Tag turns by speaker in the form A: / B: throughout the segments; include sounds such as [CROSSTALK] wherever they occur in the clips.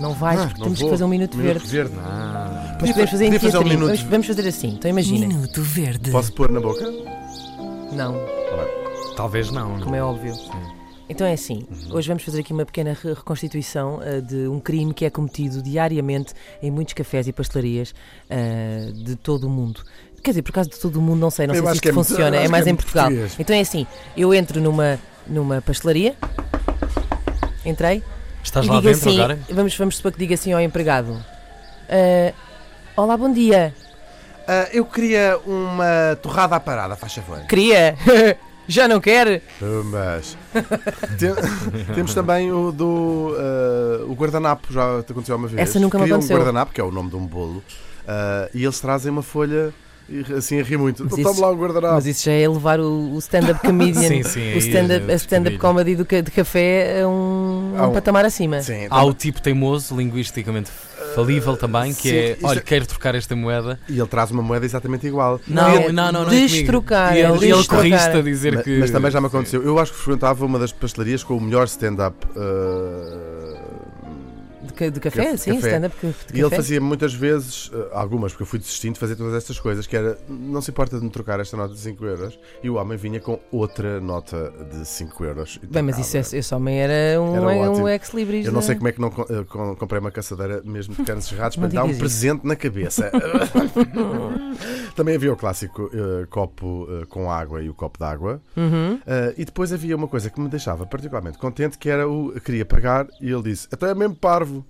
A: Não vais,
B: é? Ah,
A: porque temos que fazer um minuto verde.
B: verde. Ah.
A: Mas podemos fazer em
B: podia fazer um
A: teatrinho.
B: minuto. Um
A: Vamos, vamos fazer assim, então imaginem.
C: Minuto Verde.
B: Posso pôr na boca?
A: Não,
D: Talvez não. né?
A: como é óbvio. Então é assim,
B: Uhum.
A: hoje vamos fazer aqui uma pequena re- reconstituição ah, de um crime que é cometido diariamente em muitos cafés e pastelarias ah, de todo o mundo. Quer dizer, por acaso de todo o mundo, não sei, não
B: Eu
A: sei se
B: acho
A: isto
B: que é muito-
A: funciona,
B: acho
A: é
B: que
A: mais
B: é
A: em
B: muito
A: Portugal.
B: português.
A: Então é assim, eu entro numa, numa pastelaria, entrei,
D: Estás
A: e
D: lá
A: diga
D: dentro
A: assim,
D: agora?
A: vamos, vamos supor que diga assim ao empregado: "Ah, Olá, bom dia.
B: Ah, eu queria uma torrada à parada, faz favor.
A: Queria? [LAUGHS] Já não quer?
B: Mas. [LAUGHS] Tem- temos também o do. ah, o guardanapo, já te aconteceu uma vez.
A: Essa nunca me
B: Criam
A: aconteceu.
B: um guardanapo, que é o nome de um bolo, ah, e eles trazem uma folha e assim a rir muito.
A: Mas
B: Então,
A: isso-
B: Toma lá o guardanapo.
A: Mas isso já é levar o, o stand-up comedian,
D: Sim, sim,
A: o
D: aí,
A: stand-up,
D: é,
A: a stand-up
D: descobrir.
A: comedy do, ca- de café a um, a um
B: Ah, um-
A: patamar acima.
B: Sim,
D: Há o tipo teimoso, linguisticamente falível também, que
B: sim,
D: é:
B: isto
D: olha,
B: é-
D: quero trocar esta moeda.
B: E ele traz uma moeda exatamente igual.
A: Não,
D: Ele- não, não, não. é comigo.
A: destrocar, é
D: E ele, ele
A: destrocar.
D: corrige-te a dizer
B: Ma-
D: que.
B: Mas também já me aconteceu. Eu acho que frequentava uma das pastelarias com o melhor stand-up. ah,
A: De, ca- de café,
B: Caf-
A: sim,
B: café.
A: stand-up de café.
B: E ele fazia muitas vezes, eh, algumas, porque eu fui desistindo de fazer todas estas coisas, que era, não se importa de me trocar esta nota de 5 euros, e o homem vinha com outra nota de 5 euros. E
A: Bem, mas isso,
B: trocava.
A: é- esse homem era um,
B: Ah, Era
A: um
B: ótimo.
A: ex-libris.
B: Eu não sei
A: da-
B: como é que não co- eh, com- comprei uma caçadeira mesmo de canos cerrados para
A: Não
B: lhe dar um
A: digas isso.
B: presente
A: [LAUGHS]
B: na cabeça. Também havia o clássico eh, copo eh, com água e o copo d'água.
A: Uhum.
B: Eh, e depois havia uma coisa que me deixava particularmente contente, que era o queria pagar e ele disse, até é mesmo parvo.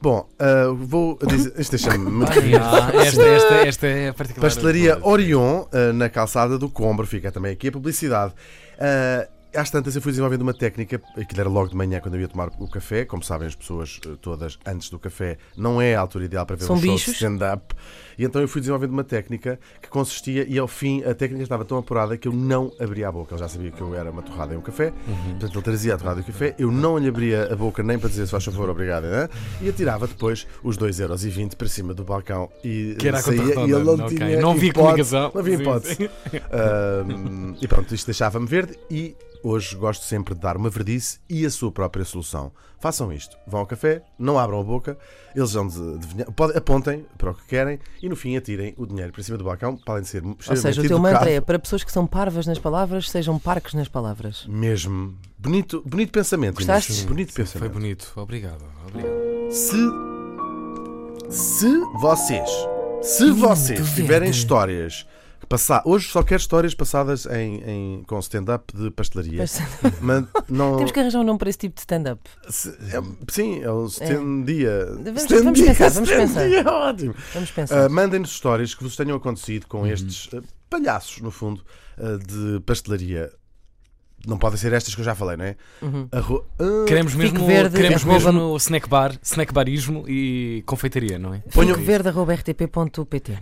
B: Bom, eh, vou dizer, isto deixa-me muito
D: Ah, esta, esta, esta é a particular.
B: Pastelaria Orion, eh, na calçada do Combro, fica também aqui a publicidade. Ah, às tantas eu fui desenvolvendo uma técnica, aquilo era logo de manhã quando eu ia tomar o café, como sabem as pessoas eh, todas antes do café, não é a altura ideal para ver
A: São
B: um show de
A: bichos.
B: stand-up. E então eu fui desenvolvendo uma técnica que consistia, e ao fim a técnica estava tão apurada que eu não abria a boca. Ele já sabia que eu era uma torrada e um café,
D: Uhum.
B: portanto ele trazia a torrada e o café, eu não lhe abria a boca nem para dizer se faz favor, obrigado, né? e atirava depois os 2,20€ para cima do balcão e eh,
D: Que era a
B: saía
D: contratada,
B: e ele não
D: ok.
B: tinha
D: Não havia
B: hipótese-
D: comunicação.
B: Não havia
D: Sim,
B: hipótese. Ahm, e pronto, isto deixava-me verde e hoje gosto sempre de dar uma verdice e a sua própria solução. Façam isto. Vão ao café, não abram a boca, eles vão de- adivinhar, pode- apontem para o que querem e no fim atirem o dinheiro para cima do balcão, para além de ser
A: Ou
B: extremamente
A: seja, o teu mantra é
B: educado.
A: para pessoas que são parvas nas palavras, sejam parques nas palavras.
B: Mesmo. Bonito, bonito pensamento. Inês.
A: Gostaste?
B: Bonito pensamento.
D: Foi bonito, obrigado. obrigado.
B: Se. Se vocês. Se
C: Minuto
B: vocês tiverem
C: Verde.
B: histórias. que Passar, hoje só quero histórias passadas em, em- com stand-up de pastelaria.
A: Mas-
B: Mas não.
A: Temos que arranjar um nome para esse tipo de stand-up.
B: se- é- sim, é o stand-dia.
A: Vamos- vamos pensar, vamos pensar.
B: É ótimo.
A: Vamos
B: Ah,
A: pensar.
B: Mandem-nos histórias que vos tenham acontecido
A: Uhum.
B: com estes ah, palhaços, no fundo, ah, de pastelaria. Não podem ser estas que eu já falei, não é?
A: Uhum.
B: Arro- Ah,
D: Queremos mesmo,
A: verde,
D: queremos
A: arroba-
D: mesmo snack bar, snack barismo e confeitaria, não é?
A: ponho
B: ponham-
A: verde.rtp.pt